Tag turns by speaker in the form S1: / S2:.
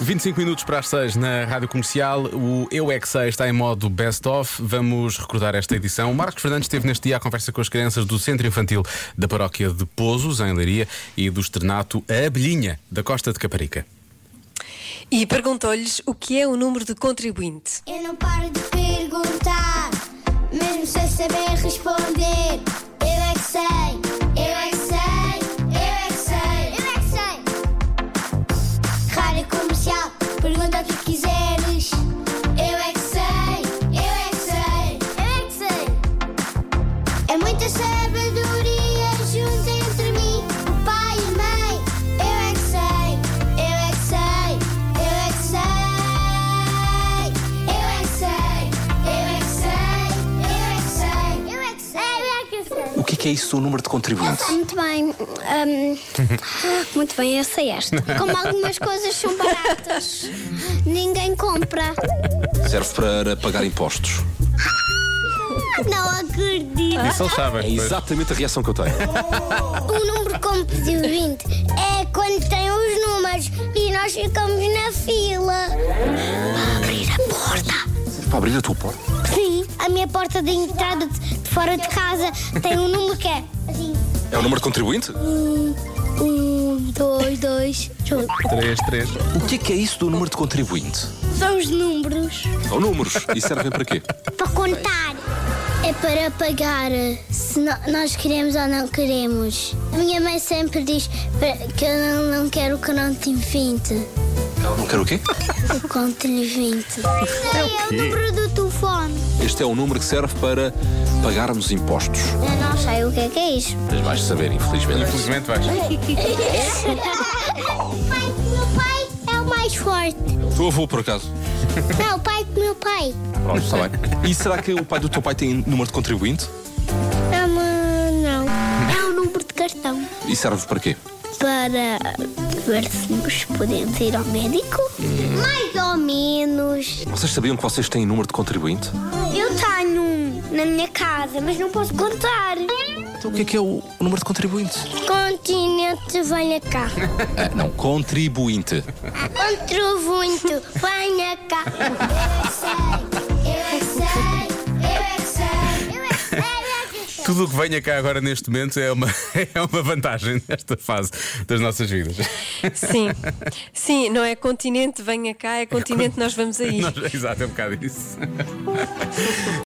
S1: 25 minutos para as 6 na Rádio Comercial. O Eu É Que Sei está em modo best-of. Vamos recordar esta edição. O Marcos Fernandes esteve neste dia à conversa com as crianças do Centro Infantil da Paróquia de Pozos, em Leiria, e do Externato A Abelhinha, da Costa de Caparica.
S2: E perguntou-lhes o que é o número de contribuinte.
S3: Eu não paro de perguntar, mesmo sem saber responder. Eu é que sei, eu é que sei, eu é que sei, eu é que sei. Rádio comercial, pergunta o que quiseres. Eu é que sei, eu é que sei, eu é que sei. É muita sabedoria junta entre mim, o pai e a mãe. Eu é que sei, eu é que sei, eu é que sei. Eu é que sei, eu é que sei, eu é que sei. Eu é que sei, eu é que sei.
S4: O que é, que é isso do número de contribuintes?
S3: Muito bem, hum, muito bem, eu sei esta. Como algumas coisas são baratas, ninguém compra.
S4: Serve para pagar impostos.
S3: Ah, Não acredito.
S1: Isso eles sabem.
S4: É
S1: pois.
S4: exatamente a reação que eu tenho.
S3: Um número como de 20 é quando tem os números e nós ficamos na fila. Abrir a porta.
S4: Serve para abrir a tua porta.
S3: Sim, a minha porta de entrada de de fora de casa tem um número que é. Assim.
S4: É o número de contribuinte?
S3: Um, dois, dois, junto.
S1: Três, três.
S4: O que é, que é isso do número de contribuinte?
S3: São os números.
S4: São números. E servem para quê?
S3: Para contar. É para pagar se no- nós queremos ou não queremos. A minha mãe sempre diz para- que eu não, não quero que não tenha 20.
S4: Não, não quero o quê?
S3: Eu conto-lhe 20. É o número do telefone.
S4: Este é o número que serve para pagarmos impostos.
S3: Eu não sei o que é que é isso.
S4: Mas vais saber, infelizmente.
S1: Infelizmente vais.
S3: o pai do meu pai é o mais forte.
S4: O teu avô, por acaso.
S3: Não, o pai do meu pai.
S4: Pronto, está bem. E será que o pai do teu pai tem número de contribuinte?
S3: Não, É não. É o número de cartão.
S4: E serve para quê?
S3: para ver se nos podemos ir ao médico. Mais ou menos.
S4: Vocês sabiam que vocês têm número de contribuinte?
S3: Eu tenho um na minha casa, mas não posso contar.
S4: Então o que é que é o número de contribuinte?
S3: Continente, venha cá.
S4: Ah, não, contribuinte.
S3: Um trovointo, venha cá. Eu é que sei, eu é que sei, eu é que sei, eu é que sei.
S1: Tudo o que venha cá agora neste momento é uma, é uma vantagem nesta fase das nossas vidas.
S2: Sim, sim, não é continente, venha cá, é continente, nós vamos aí.
S1: Nós- exato, é um bocado isso.